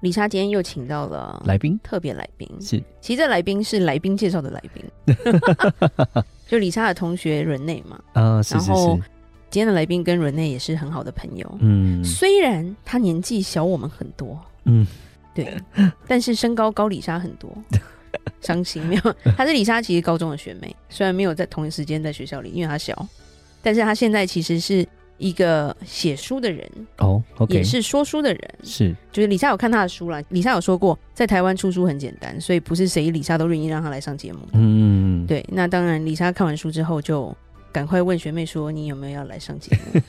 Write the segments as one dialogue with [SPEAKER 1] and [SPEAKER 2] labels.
[SPEAKER 1] 李莎今天又请到了
[SPEAKER 2] 来宾，
[SPEAKER 1] 特别来宾，
[SPEAKER 2] 是
[SPEAKER 1] 其实这来宾是来宾介绍的来宾， 就李莎的同学伦内嘛。
[SPEAKER 2] 啊、是是
[SPEAKER 1] 然后
[SPEAKER 2] 是，
[SPEAKER 1] 今天的来宾跟伦内也是很好的朋友，
[SPEAKER 2] 嗯
[SPEAKER 1] 虽然他年纪小我们很多，
[SPEAKER 2] 嗯，
[SPEAKER 1] 对，但是身高高李莎很 多，伤心没有？她是李莎其实高中的学妹，虽然没有在同一时间在学校里，因为她小，但是她现在其实是一个写书的人，
[SPEAKER 2] 哦，OK，
[SPEAKER 1] 也是说书的人。
[SPEAKER 2] 是
[SPEAKER 1] 就是李莎有看她的书啦，李莎有说过，在台湾出书很简单，所以不是谁李莎都愿意让她来上节目。
[SPEAKER 2] 嗯，
[SPEAKER 1] 对，那当然，李莎看完书之后就赶快问学妹说：“你有没有要来上节 目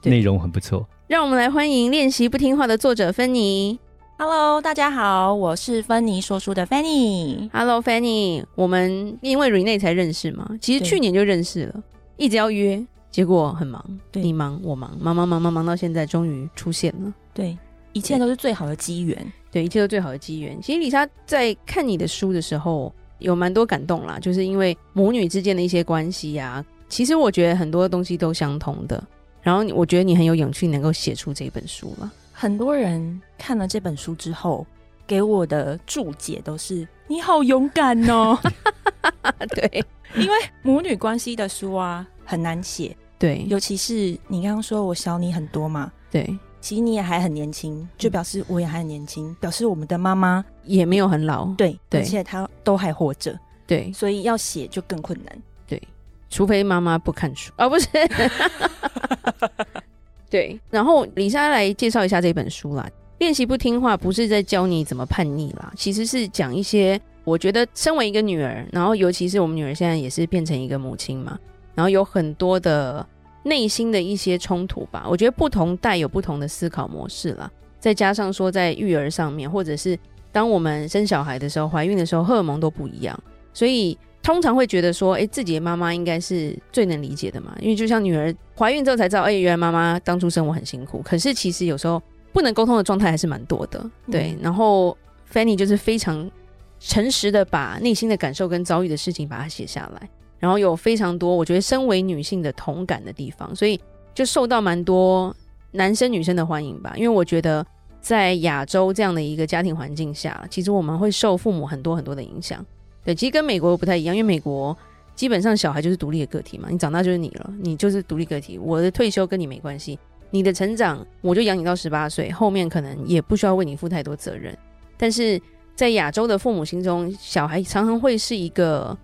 [SPEAKER 1] 对
[SPEAKER 2] 内容很不错，？”
[SPEAKER 1] 让我们来欢迎练习不听话的作者芬妮。
[SPEAKER 3] Hello，大家好，我是芬妮说书的 Fanny。
[SPEAKER 1] Hello Fanny，我们因为 Rene 才认识嘛，其实
[SPEAKER 3] 对
[SPEAKER 1] 去年就认识了，一直要约，结果很忙，
[SPEAKER 3] 对
[SPEAKER 1] 你忙我忙，忙忙忙忙忙到现在，终于出现了。
[SPEAKER 3] 对，一切都是最好的机缘。
[SPEAKER 1] 对，一切都最好的机缘。其实李莎在看你的书的时候，有蛮多感动啦，就是因为母女之间的一些关系呀、其实我觉得很多东西都相同的。然后你我觉得你很有勇气，能够写出这本书 了。
[SPEAKER 3] 很多人看了这本书之后，给我的注解都是“你好勇敢 哦。
[SPEAKER 1] 对”
[SPEAKER 3] 因为母女关系的书啊很难写，
[SPEAKER 1] 对
[SPEAKER 3] 尤其是你刚刚说我小你很多嘛，
[SPEAKER 1] 对，
[SPEAKER 3] 其实你也还很年
[SPEAKER 1] 嗯
[SPEAKER 3] 轻，就表示我也还很年轻，表示我们的妈妈
[SPEAKER 1] 也没有很老。
[SPEAKER 3] 对，
[SPEAKER 1] 对
[SPEAKER 3] 而且她都还活着，
[SPEAKER 1] 对，
[SPEAKER 3] 所以要写就更困难。
[SPEAKER 1] 除非妈妈不看书啊，不是。对，然后李莎来介绍一下这本书啦。练习不听话不是在教你怎么叛逆啦，其实是讲一些我觉得身为一个女儿，然后尤其是我们女儿现在也是变成一个母亲嘛，然后有很多的内心的一些冲突吧。我觉得不同代有不同的思考模式啦，再加上说在育儿上面，或者是当我们生小孩的时候、怀孕的时候，荷尔蒙都不一样，所以通常会觉得说，哎、自己的妈妈应该是最能理解的嘛，因为就像女儿怀孕之后才知道，哎、原来妈妈当初生我很辛苦。可是其实有时候不能沟通的状态还是蛮多的，对。然后 Fanny 就是非常诚实的把内心的感受跟遭遇的事情把它写下来，然后有非常多我觉得身为女性的同感的地方，所以就受到蛮多男生女生的欢迎吧。因为我觉得在亚洲这样的一个家庭环境下，其实我们会受父母很多很多的影响。对，其实跟美国不太一样，因为美国基本上小孩就是独立的个体嘛，你长大就是你了，你就是独立个体。我的退休跟你没关系，你的成长我就养你到十八岁，后面可能也不需要为你负太多责任。但是在亚洲的父母心中，小孩常常会是一个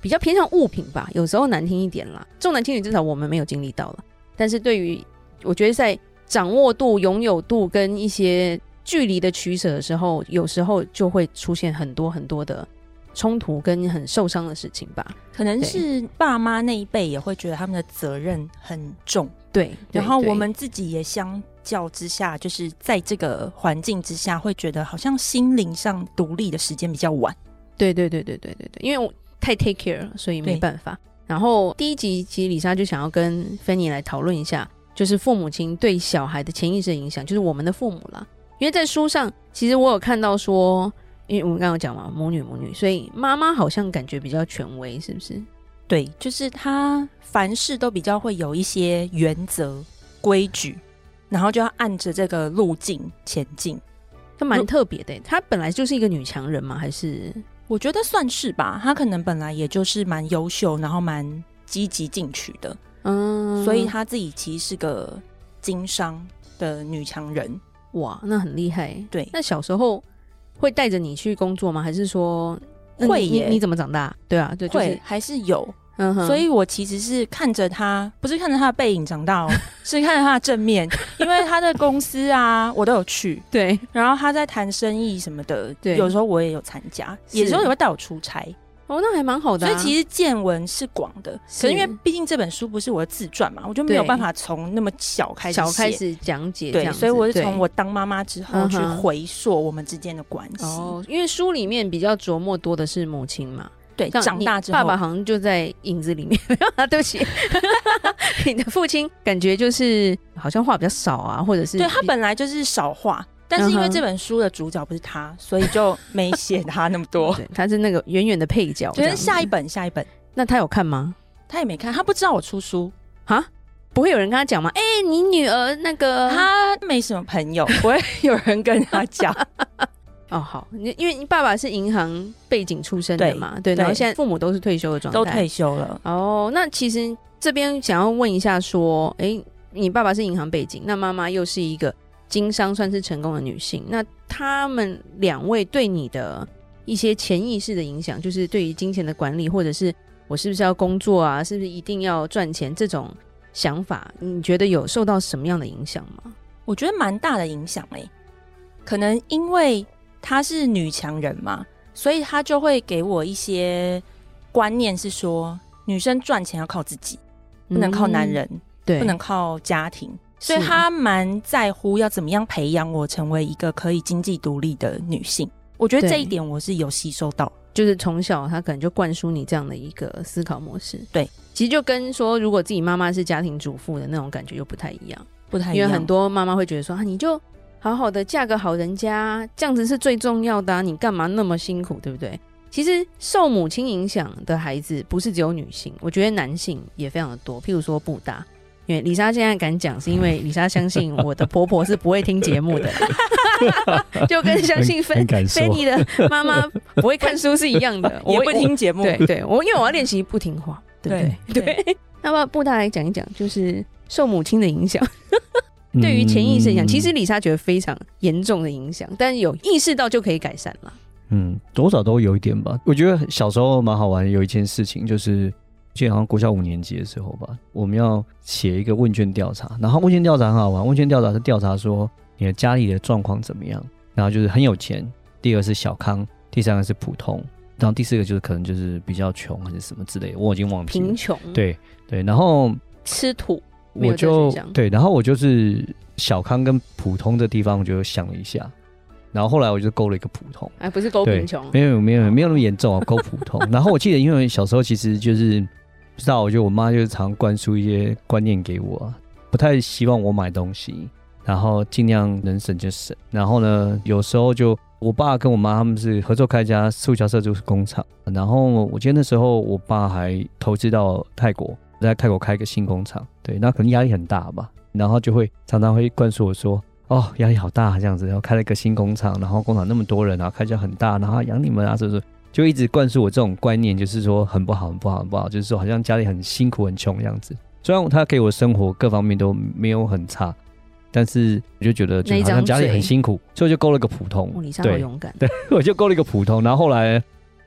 [SPEAKER 1] 比较偏向物品吧，有时候难听一点啦。重男轻女至少我们没有经历到了，但是对于我觉得在掌握度、拥有度跟一些距离的取舍的时候，有时候就会出现很多很多的冲突跟很受伤的事情吧。
[SPEAKER 3] 可能
[SPEAKER 1] 对
[SPEAKER 3] 是爸妈那一辈也会觉得他们的责任很重，
[SPEAKER 1] 对，
[SPEAKER 3] 然后我们自己也相较之下，就是在这个环境之下，会觉得好像心灵上独立的时间比较晚。
[SPEAKER 1] 对对对对对对对，因为我太 take care 了，所以没
[SPEAKER 3] 对
[SPEAKER 1] 办法。然后第一集其实李莎就想要跟芬妮来讨论一下，就是父母亲对小孩的潜意识的影响，就是我们的父母啦。因为在书上，其实我有看到说，因为我们刚刚有讲嘛，母女母女，所以妈妈好像感觉比较权威，是不是？
[SPEAKER 3] 对，就是他凡事都比较会有一些原则、规矩，然后就要按着这个路径前进。
[SPEAKER 1] 她蛮
[SPEAKER 3] 如
[SPEAKER 1] 特别的欸，她本来就是一个女强人嘛，还是
[SPEAKER 3] 我觉得算是吧，他可能本来也就是蛮优秀，然后蛮积极进取的，
[SPEAKER 1] 嗯，
[SPEAKER 3] 所以他自己其实是个经商的女强人。
[SPEAKER 1] 哇，那很厉害欸。
[SPEAKER 3] 对，
[SPEAKER 1] 那小时候会带着你去工作吗？还是说那
[SPEAKER 3] 会
[SPEAKER 1] 你
[SPEAKER 3] 耶
[SPEAKER 1] 你？你怎么长大？对啊，对，就是
[SPEAKER 3] 会还是有，
[SPEAKER 1] 嗯哼，
[SPEAKER 3] 所以我其实是看着他，不是看着他的背影长大哦， 是看着他的正面， 因为他的公司啊，我都有去，
[SPEAKER 1] 对
[SPEAKER 3] 然后他在谈生意什么的，
[SPEAKER 1] 对
[SPEAKER 3] 有时候我也有参加，
[SPEAKER 1] 是
[SPEAKER 3] 有时候也会带我出差，
[SPEAKER 1] 哦，那还蛮好的
[SPEAKER 3] 所
[SPEAKER 1] 啊、
[SPEAKER 3] 以其实见闻是广的。
[SPEAKER 1] 是
[SPEAKER 3] 可是因为毕竟这本书不是我的自传嘛，我就没有
[SPEAKER 1] 对
[SPEAKER 3] 办法从那么小开始
[SPEAKER 1] 小开
[SPEAKER 3] 写。
[SPEAKER 1] 始讲解这
[SPEAKER 3] 对，
[SPEAKER 1] 样子，
[SPEAKER 3] 所以我是
[SPEAKER 1] 对
[SPEAKER 3] 从我当妈妈之后
[SPEAKER 1] 嗯
[SPEAKER 3] 去
[SPEAKER 1] 哼哦
[SPEAKER 3] 回溯我们之间的关系。
[SPEAKER 1] 哦，因为书里面比较琢磨多的是母亲嘛，
[SPEAKER 3] 对，
[SPEAKER 1] 像
[SPEAKER 3] 长
[SPEAKER 1] 你
[SPEAKER 3] 大之后，
[SPEAKER 1] 爸爸好像就在影子里面。 没有啊，对不 起，你的父亲感觉就是好像话比较少啊，或者是
[SPEAKER 3] 对他
[SPEAKER 1] 比
[SPEAKER 3] 本来就是少话，但是因为
[SPEAKER 1] 嗯哼
[SPEAKER 3] 这本书的主角不是他，所以就没写他那么 多。
[SPEAKER 1] 对他是那个远远的配角。
[SPEAKER 3] 觉
[SPEAKER 1] 这
[SPEAKER 3] 得
[SPEAKER 1] 样子
[SPEAKER 3] 下一本，下一本，
[SPEAKER 1] 那他有看吗？
[SPEAKER 3] 他也没看，他不知道我出书，
[SPEAKER 1] 不会有人跟他讲吗？哎、你女儿那个
[SPEAKER 3] 他没什么朋友，不会 有人跟 他讲。
[SPEAKER 1] 哦，好，你因为你爸爸是银行背景出身的
[SPEAKER 3] 对
[SPEAKER 1] 嘛，对，然后
[SPEAKER 3] 对
[SPEAKER 1] 现在父母都是退休的状态，
[SPEAKER 3] 都退休了，
[SPEAKER 1] 哦，那其实这边想要问一下，说，诶，你爸爸是银行背景，那妈妈又是一个经商算是成功的女性，那他们两位对你的一些潜意识的影响，就是对于金钱的管理，或者是我是不是要工作啊，是不是一定要赚钱这种想法，你觉得有受到什么样的影响吗？
[SPEAKER 3] 我觉得蛮大的影响哎、可能因为她是女强人嘛，所以她就会给我一些观念，是说女生赚钱要靠自己，不能靠男人，
[SPEAKER 1] 嗯对，
[SPEAKER 3] 不能靠家庭。所以
[SPEAKER 1] 是
[SPEAKER 3] 她蛮在乎要怎么样培养我成为一个可以经济独立的女性。我觉得
[SPEAKER 1] 对
[SPEAKER 3] 这一点我是有吸收到，
[SPEAKER 1] 就是从小他可能就灌输你这样的一个思考模式。
[SPEAKER 3] 对，
[SPEAKER 1] 其实就跟说如果自己妈妈是家庭主妇的那种感觉又不太一样，
[SPEAKER 3] 不太一
[SPEAKER 1] 因为
[SPEAKER 3] 样。
[SPEAKER 1] 很多妈妈会觉得说啊，你就好好的嫁个好人家，这样子是最重要的、啊，你干嘛那么辛苦，对不对？其实受母亲影响的孩子不是只有女性，我觉得男性也非常的多。譬如说布达，因为李莎现在敢讲，是因 为李莎相信我的婆婆是不会听节目的，就跟相信
[SPEAKER 2] 很
[SPEAKER 1] 芬
[SPEAKER 2] 敢说
[SPEAKER 1] 菲，尼的妈妈不会看书是一样的，
[SPEAKER 3] 也
[SPEAKER 1] 我
[SPEAKER 3] 不。听节目，
[SPEAKER 1] 我对对，我因为我要练习不听话，对不对？
[SPEAKER 3] 对
[SPEAKER 1] 对。 那么布大来讲一讲，就是受母亲的影响，对于潜意识影响，
[SPEAKER 2] 嗯
[SPEAKER 1] 其实李莎觉得非常严重的影响，但有意识到就可以改善了。
[SPEAKER 2] 嗯，多少都有一点吧。我觉得小时候蛮好玩，有一件事情就是，记得好像国小五年级的时候吧，我们要写一个问卷调查，然后问卷调查很好玩，问卷调查是调查说你的家里的状况怎么样，然后就是很有钱，第二是小康，第三个是普通，然后第四个就是可能就是比较穷还是什么之类的，我已经忘记了
[SPEAKER 1] 贫。穷，，
[SPEAKER 2] 对对，然后
[SPEAKER 1] 吃土，没有
[SPEAKER 2] 我
[SPEAKER 1] 这个
[SPEAKER 2] 就
[SPEAKER 1] 选项
[SPEAKER 2] 对，然后我就是小康跟普通的地方，我就想了一下，然后后来我就勾了一个普通。
[SPEAKER 1] 哎，不是勾
[SPEAKER 2] 对，
[SPEAKER 1] 贫穷，
[SPEAKER 2] 没有没有没有那么严重啊，够普通。然后我记得，因为小时候其实就是不知道，我觉得我妈就是常灌输一些观念给我、啊，不太希望我买东西，然后尽量能省就省。然后呢，有时候就我爸跟我妈他们是合作开一家塑胶设计工厂，然后我记得那时候我爸还投资到泰国，在泰国开一个新工厂，对，那可能压力很大吧，然后就会常常会灌输我说。哦，压力好大啊这样子，然后开了一个新工厂，然后工厂那么多人啊，开销很大，然后养你们啊，是不是？就一直灌输我这种观念，就是说很不好，很不好，很不好，就是说好像家里很辛苦、很穷的样子。虽然他给我生活各方面都没有很差，但是我就觉得就
[SPEAKER 1] 那一
[SPEAKER 2] 好
[SPEAKER 1] 张
[SPEAKER 2] 像家里
[SPEAKER 1] 嘴
[SPEAKER 2] 很辛苦，所以我就勾了个普
[SPEAKER 1] 哦，
[SPEAKER 2] 通
[SPEAKER 1] 李。莎好
[SPEAKER 2] 对，
[SPEAKER 1] 勇敢，
[SPEAKER 2] 我就勾了一个普通。然后后来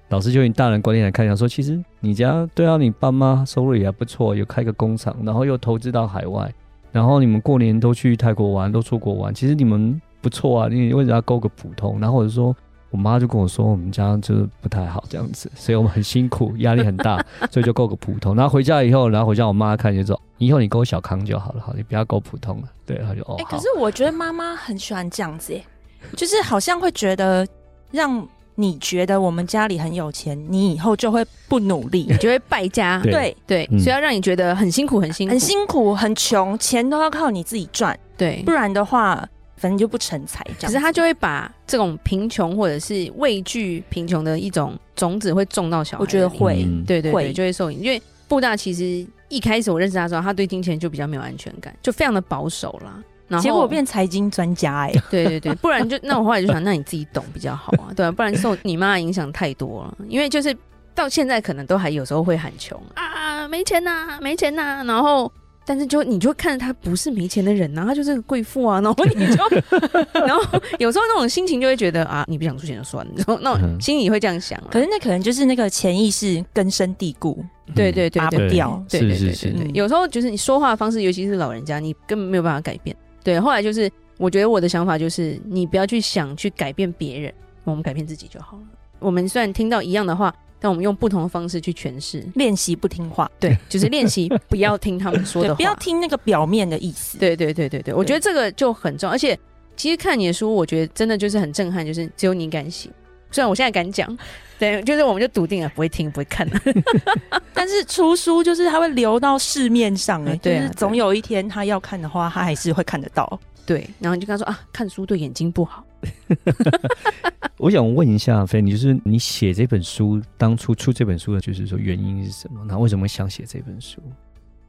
[SPEAKER 2] 老师就以大人观念来看，想说其实你家对啊，你爸妈收入也还不错，有开个工厂，然后又投资到海外，然后你们过年都去泰国玩，都出国玩，其实你们不错啊，你为什么要勾个普通？然后我就说。我妈就跟我说，我们家就是不太好这样子，所以我们很辛苦，压力很大，所以就勾个普通。然后回家以后，然后回家我妈看就说，以后你勾小康就好了，好，你不要勾普通了。对，她就哦
[SPEAKER 3] 哎、，
[SPEAKER 2] 好
[SPEAKER 3] 可是我觉得妈妈很喜欢这样子耶，哎就是好像会觉得让你觉得我们家里很有钱，你以后就会不努力，
[SPEAKER 1] 你就会败家，
[SPEAKER 2] 对
[SPEAKER 3] 对，
[SPEAKER 1] 对，
[SPEAKER 2] 嗯
[SPEAKER 1] 所以要让你觉得很辛苦，很辛苦，
[SPEAKER 3] 很辛苦，很穷，钱都要靠你自己赚，
[SPEAKER 1] 对
[SPEAKER 3] 不。然的话，反正就不成才
[SPEAKER 1] 嗯
[SPEAKER 3] 这
[SPEAKER 1] 可
[SPEAKER 3] 样。
[SPEAKER 1] 是他就会把这种贫穷或者是畏惧贫穷的一种种子会种到小孩
[SPEAKER 3] 我
[SPEAKER 1] 里，
[SPEAKER 3] 觉得会，
[SPEAKER 2] 嗯
[SPEAKER 1] 对对对，
[SPEAKER 3] 会
[SPEAKER 1] 就会受影。因为布大其实一开始我认识他的时候，他对金钱就比较没有安全感，就非常的保守啦。然后
[SPEAKER 3] 结果变财经专家哎、
[SPEAKER 1] 对对对，不然就那我后来就想，那你自己懂比较好 啊，对啊，不然受你妈的影响太多了。因为就是到现在可能都还有时候会喊穷啊，没钱呐、没钱呐、然后。但是就你就看着她不是没钱的人呐、她就是个贵妇啊，然后你 就，然后有时候那种心情就会觉得啊，你不想出钱就算了，然后那种
[SPEAKER 2] 嗯
[SPEAKER 1] 心里会这样想、啊。
[SPEAKER 3] 可是那可能就是那个潜意识根深蒂固，
[SPEAKER 1] 对对对
[SPEAKER 3] 拔
[SPEAKER 1] 对
[SPEAKER 3] 不掉。
[SPEAKER 1] 对
[SPEAKER 2] 是嗯
[SPEAKER 1] 对
[SPEAKER 2] 是
[SPEAKER 1] 对
[SPEAKER 2] 是
[SPEAKER 1] 对对，
[SPEAKER 3] 嗯
[SPEAKER 1] 有时候就是你说话的方式，尤其是老人家，你根本没有办法改变。对，后来就是我觉得我的想法就是，你不要去想去改变别人，我们改变自己就好了。我们虽然听到一样的话，但我们用不同的方式去诠释。
[SPEAKER 3] 练习不听话，
[SPEAKER 1] 对，就是练习不要听他们说
[SPEAKER 3] 对
[SPEAKER 1] 的，话，
[SPEAKER 3] 不要听那个表面的意思。
[SPEAKER 1] 对对对对对，我觉得这个就很重要。而且其实看你的书，我觉得真的就是很震撼，就是只有你敢写。虽然我现在敢讲，对，就是我们就笃定了不会听不会看，
[SPEAKER 3] 但是出书就是它会流到市面上、哎、
[SPEAKER 1] 啊对啊
[SPEAKER 3] 就是总有一天他要看的话，他还是会看得到。
[SPEAKER 1] 对，然后你就跟他说啊，看书对眼睛不好。
[SPEAKER 2] 我想问一下菲，你就是你写这本书当初出这本书的，就是说原因是什么？那为什么想写这本书？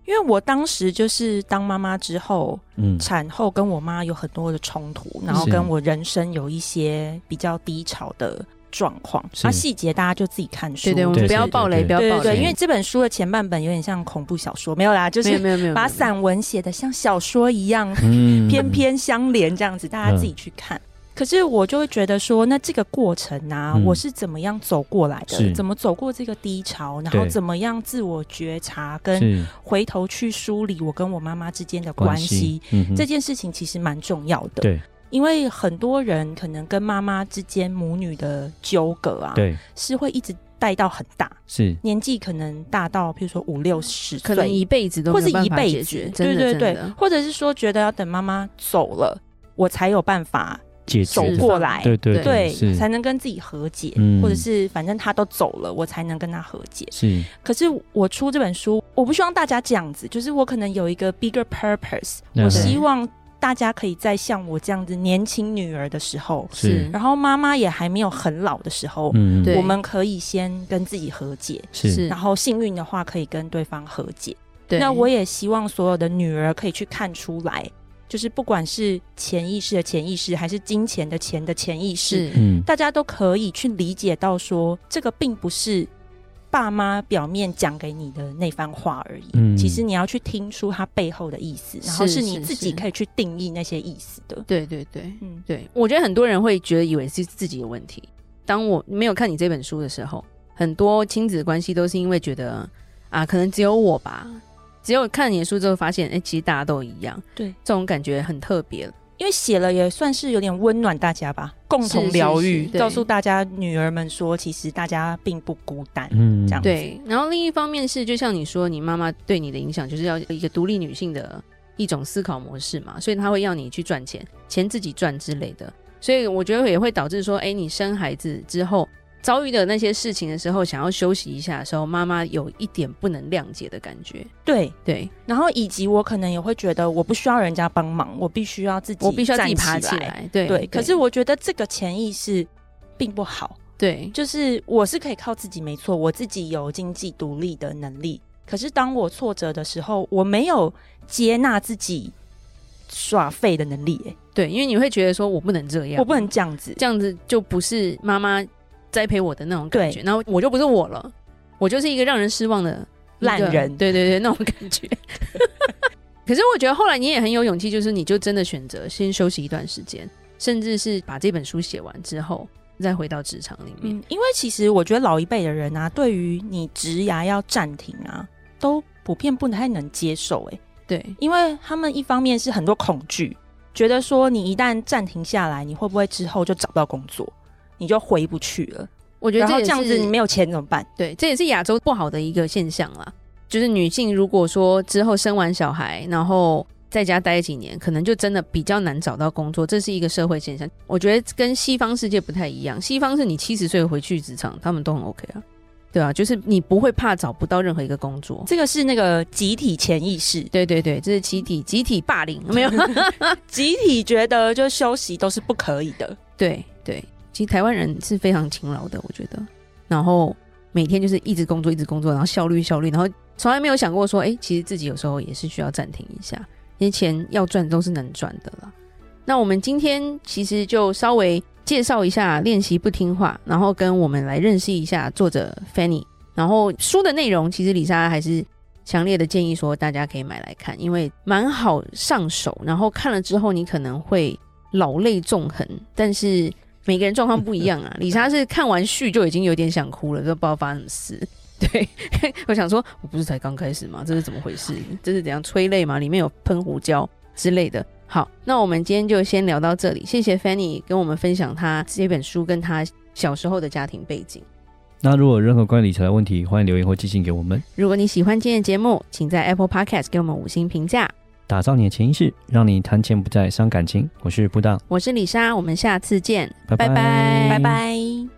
[SPEAKER 3] 因为我当时就是当妈妈之后，
[SPEAKER 2] 嗯
[SPEAKER 3] 产后跟我妈有很多的冲突，然后
[SPEAKER 2] 是
[SPEAKER 3] 跟我人生有一些比较低潮的状况。
[SPEAKER 2] 是
[SPEAKER 3] 那细节大家就自己看书，
[SPEAKER 1] 对对，我们
[SPEAKER 2] 对
[SPEAKER 1] 不要
[SPEAKER 2] 对
[SPEAKER 1] 暴雷，
[SPEAKER 2] 对
[SPEAKER 1] 不要
[SPEAKER 3] 对
[SPEAKER 1] 暴
[SPEAKER 3] 对对，
[SPEAKER 1] 雷。
[SPEAKER 3] 因为这本书的前半本有点像恐怖小说，没有啦，就
[SPEAKER 1] 没有
[SPEAKER 3] 是
[SPEAKER 1] 没有没有，
[SPEAKER 3] 把
[SPEAKER 1] 没有
[SPEAKER 3] 散文写的像小说一样，
[SPEAKER 2] 嗯
[SPEAKER 3] 偏偏相连这样子，大家自己去看。嗯可是我就会觉得说，那这个过程啊，
[SPEAKER 2] 嗯
[SPEAKER 3] 我是怎么样走过来的？
[SPEAKER 2] 是
[SPEAKER 3] 怎么走过这个低潮？然后
[SPEAKER 2] 对
[SPEAKER 3] 怎么样自我觉察，跟
[SPEAKER 2] 是
[SPEAKER 3] 回头去梳理我跟我妈妈之间的关系，，
[SPEAKER 2] 嗯哼
[SPEAKER 3] 这件事情其实蛮重要的。
[SPEAKER 2] 对
[SPEAKER 3] 因为很多人可能跟妈妈之间母女的纠葛啊，
[SPEAKER 2] 对
[SPEAKER 3] 是会一直带到很大，
[SPEAKER 2] 是
[SPEAKER 3] 年纪可能大到譬如说五六十
[SPEAKER 1] 可能
[SPEAKER 3] 岁，
[SPEAKER 1] 一辈子都
[SPEAKER 3] 或
[SPEAKER 1] 没
[SPEAKER 3] 是
[SPEAKER 1] 有办
[SPEAKER 3] 一
[SPEAKER 1] 法
[SPEAKER 3] 辈
[SPEAKER 1] 解
[SPEAKER 3] 子
[SPEAKER 1] 决，，
[SPEAKER 3] 对
[SPEAKER 1] 真的
[SPEAKER 3] 对
[SPEAKER 1] 真
[SPEAKER 3] 对
[SPEAKER 1] 的，
[SPEAKER 3] 或者是说觉得要等妈妈走了，我才有办法
[SPEAKER 2] 解
[SPEAKER 3] 走
[SPEAKER 2] 决的
[SPEAKER 3] 过来，
[SPEAKER 2] 对对
[SPEAKER 1] 对
[SPEAKER 2] 是
[SPEAKER 3] 才能跟自己和解，
[SPEAKER 2] 嗯
[SPEAKER 3] 或者是反正他都走了，我才能跟他和解。
[SPEAKER 2] 是
[SPEAKER 3] 可是我出这本书，我不希望大家这样子，就是我可能有一个 bigger purpose，、
[SPEAKER 2] 嗯
[SPEAKER 3] 我希望大家可以在像我这样子年轻女儿的时候，
[SPEAKER 2] 是
[SPEAKER 3] 然后妈妈也还没有很老的时候，
[SPEAKER 2] 嗯
[SPEAKER 1] 对
[SPEAKER 3] 我们可以先跟自己和解，
[SPEAKER 2] 是
[SPEAKER 1] 是
[SPEAKER 3] 然后幸运的话可以跟对方和解。
[SPEAKER 1] 对。
[SPEAKER 3] 那我也希望所有的女儿可以去看出来，就是不管是潜意识的潜意识，还是金钱的钱的潜意识，
[SPEAKER 1] 是
[SPEAKER 2] 嗯
[SPEAKER 3] 大家都可以去理解到说，这个并不是爸妈表面讲给你的那番话而已。
[SPEAKER 2] 嗯
[SPEAKER 3] 其实你要去听出它背后的意思，然后
[SPEAKER 1] 是
[SPEAKER 3] 是你
[SPEAKER 1] 是
[SPEAKER 3] 自己
[SPEAKER 1] 是
[SPEAKER 3] 可以去定义那些意思的。
[SPEAKER 1] 对对对
[SPEAKER 3] 嗯，
[SPEAKER 1] 对，我觉得很多人会觉得以为是自己的问题。当我没有看你这本书的时候，很多亲子关系都是因为觉得啊，可能只有我吧。只有看你的书之后，发现哎、诶其实大家都一样，
[SPEAKER 3] 对，
[SPEAKER 1] 这种感觉很特别。
[SPEAKER 3] 因为写了也算是有点温暖大家吧，共同
[SPEAKER 1] 是
[SPEAKER 3] 疗
[SPEAKER 1] 是
[SPEAKER 3] 愈，
[SPEAKER 1] 对
[SPEAKER 3] 告诉大家女儿们说，其实大家并不孤单。
[SPEAKER 2] 嗯
[SPEAKER 3] 这样
[SPEAKER 1] 对，然后另一方面是，就像你说，你妈妈对你的影响就是要一个独立女性的一种思考模式嘛，所以她会要你去赚钱，钱自己赚之类的。所以我觉得也会导致说，哎，你生孩子之后遭遇的那些事情的时候，想要休息一下的时候，妈妈有一点不能谅解的感觉。
[SPEAKER 3] 对，
[SPEAKER 1] 对
[SPEAKER 3] 然后以及我可能也会觉得我不需要人家帮忙，我必须要自己，
[SPEAKER 1] 我必须要自己爬
[SPEAKER 3] 站
[SPEAKER 1] 起
[SPEAKER 3] 起。
[SPEAKER 1] 来。对
[SPEAKER 3] 对，可是我觉得这个潜意识并不好，
[SPEAKER 1] 对
[SPEAKER 3] 就是我是可以靠自己没错，我自己有经济独立的能力。可是当我挫折的时候，我没有接纳自己耍废的能力、欸
[SPEAKER 1] 对，因为你会觉得说我不能这样，
[SPEAKER 3] 我不能这样子。
[SPEAKER 1] 这样子就不是妈妈栽培我的那种感觉，
[SPEAKER 3] 对
[SPEAKER 1] 然后我就不是我了，我就是一个让人失望的一个
[SPEAKER 3] 烂人
[SPEAKER 1] 对对对，那种感觉。 可是我觉得后来你也很有勇气，就是你就真的选择先休息一段时间，甚至是把这本书写完之后再回到职场里面。
[SPEAKER 3] 嗯，因为其实我觉得老一辈的人啊，对于你植牙要暂停啊，都普遍不太能接受、欸。
[SPEAKER 1] 对
[SPEAKER 3] 因为他们一方面是很多恐惧，觉得说你一旦暂停下来，你会不会之后就找不到工作，你就回不去了？
[SPEAKER 1] 我觉得
[SPEAKER 3] 然
[SPEAKER 1] 这
[SPEAKER 3] 后
[SPEAKER 1] 也
[SPEAKER 3] 这样子
[SPEAKER 1] 是
[SPEAKER 3] 你没有钱怎么办？
[SPEAKER 1] 对，这也是亚洲不好的一个现象啦。就是女性如果说之后生完小孩，然后在家待几年，可能就真的比较难找到工作，这是一个社会现象。我觉得跟西方世界不太一样，西方是你七十岁回去职场，他们都很 OK 啊，对啊，就是你不会怕找不到任何一个工作。
[SPEAKER 3] 这个是那个集体潜意识，
[SPEAKER 1] 对对对，这是集体集体霸凌，没有？
[SPEAKER 3] 集体觉得就休息都是不可以的。
[SPEAKER 1] 对对，其实台湾人是非常勤劳的，我觉得。然后每天就是一直工作，一直工作，然后效率效率，然后从来没有想过说，哎、其实自己有时候也是需要暂停一下，因为钱要赚都是能赚的啦。那我们今天其实就稍微介绍一下练习不听话，然后跟我们来认识一下作者 Fanny。然后书的内容，其实李莎还是强烈的建议说大家可以买来看，因为蛮好上手。然后看了之后，你可能会老泪纵横，但是每个人状况不一样啊。李莎是看完序就已经有点想哭了，都不知道发生什么事。 对，我想说，我不是才刚开始吗？这是怎么回事？这是怎样催泪吗？里面有喷胡椒之类的。好，那我们今天就先聊到这里。谢谢 Fanny 跟我们分享她这本书跟她小时候的家庭背景。
[SPEAKER 2] 那如果有任何关于理财的问题，欢迎留言或寄信给我们。
[SPEAKER 1] 如果你喜欢今天的节目，请在 Apple Podcast 给我们五星评价。
[SPEAKER 2] 打造你的潜意识，让你谈钱不再伤感情。我是布当，
[SPEAKER 1] 我是李莎，我们下次见，
[SPEAKER 2] 拜
[SPEAKER 1] 拜拜
[SPEAKER 3] 拜拜。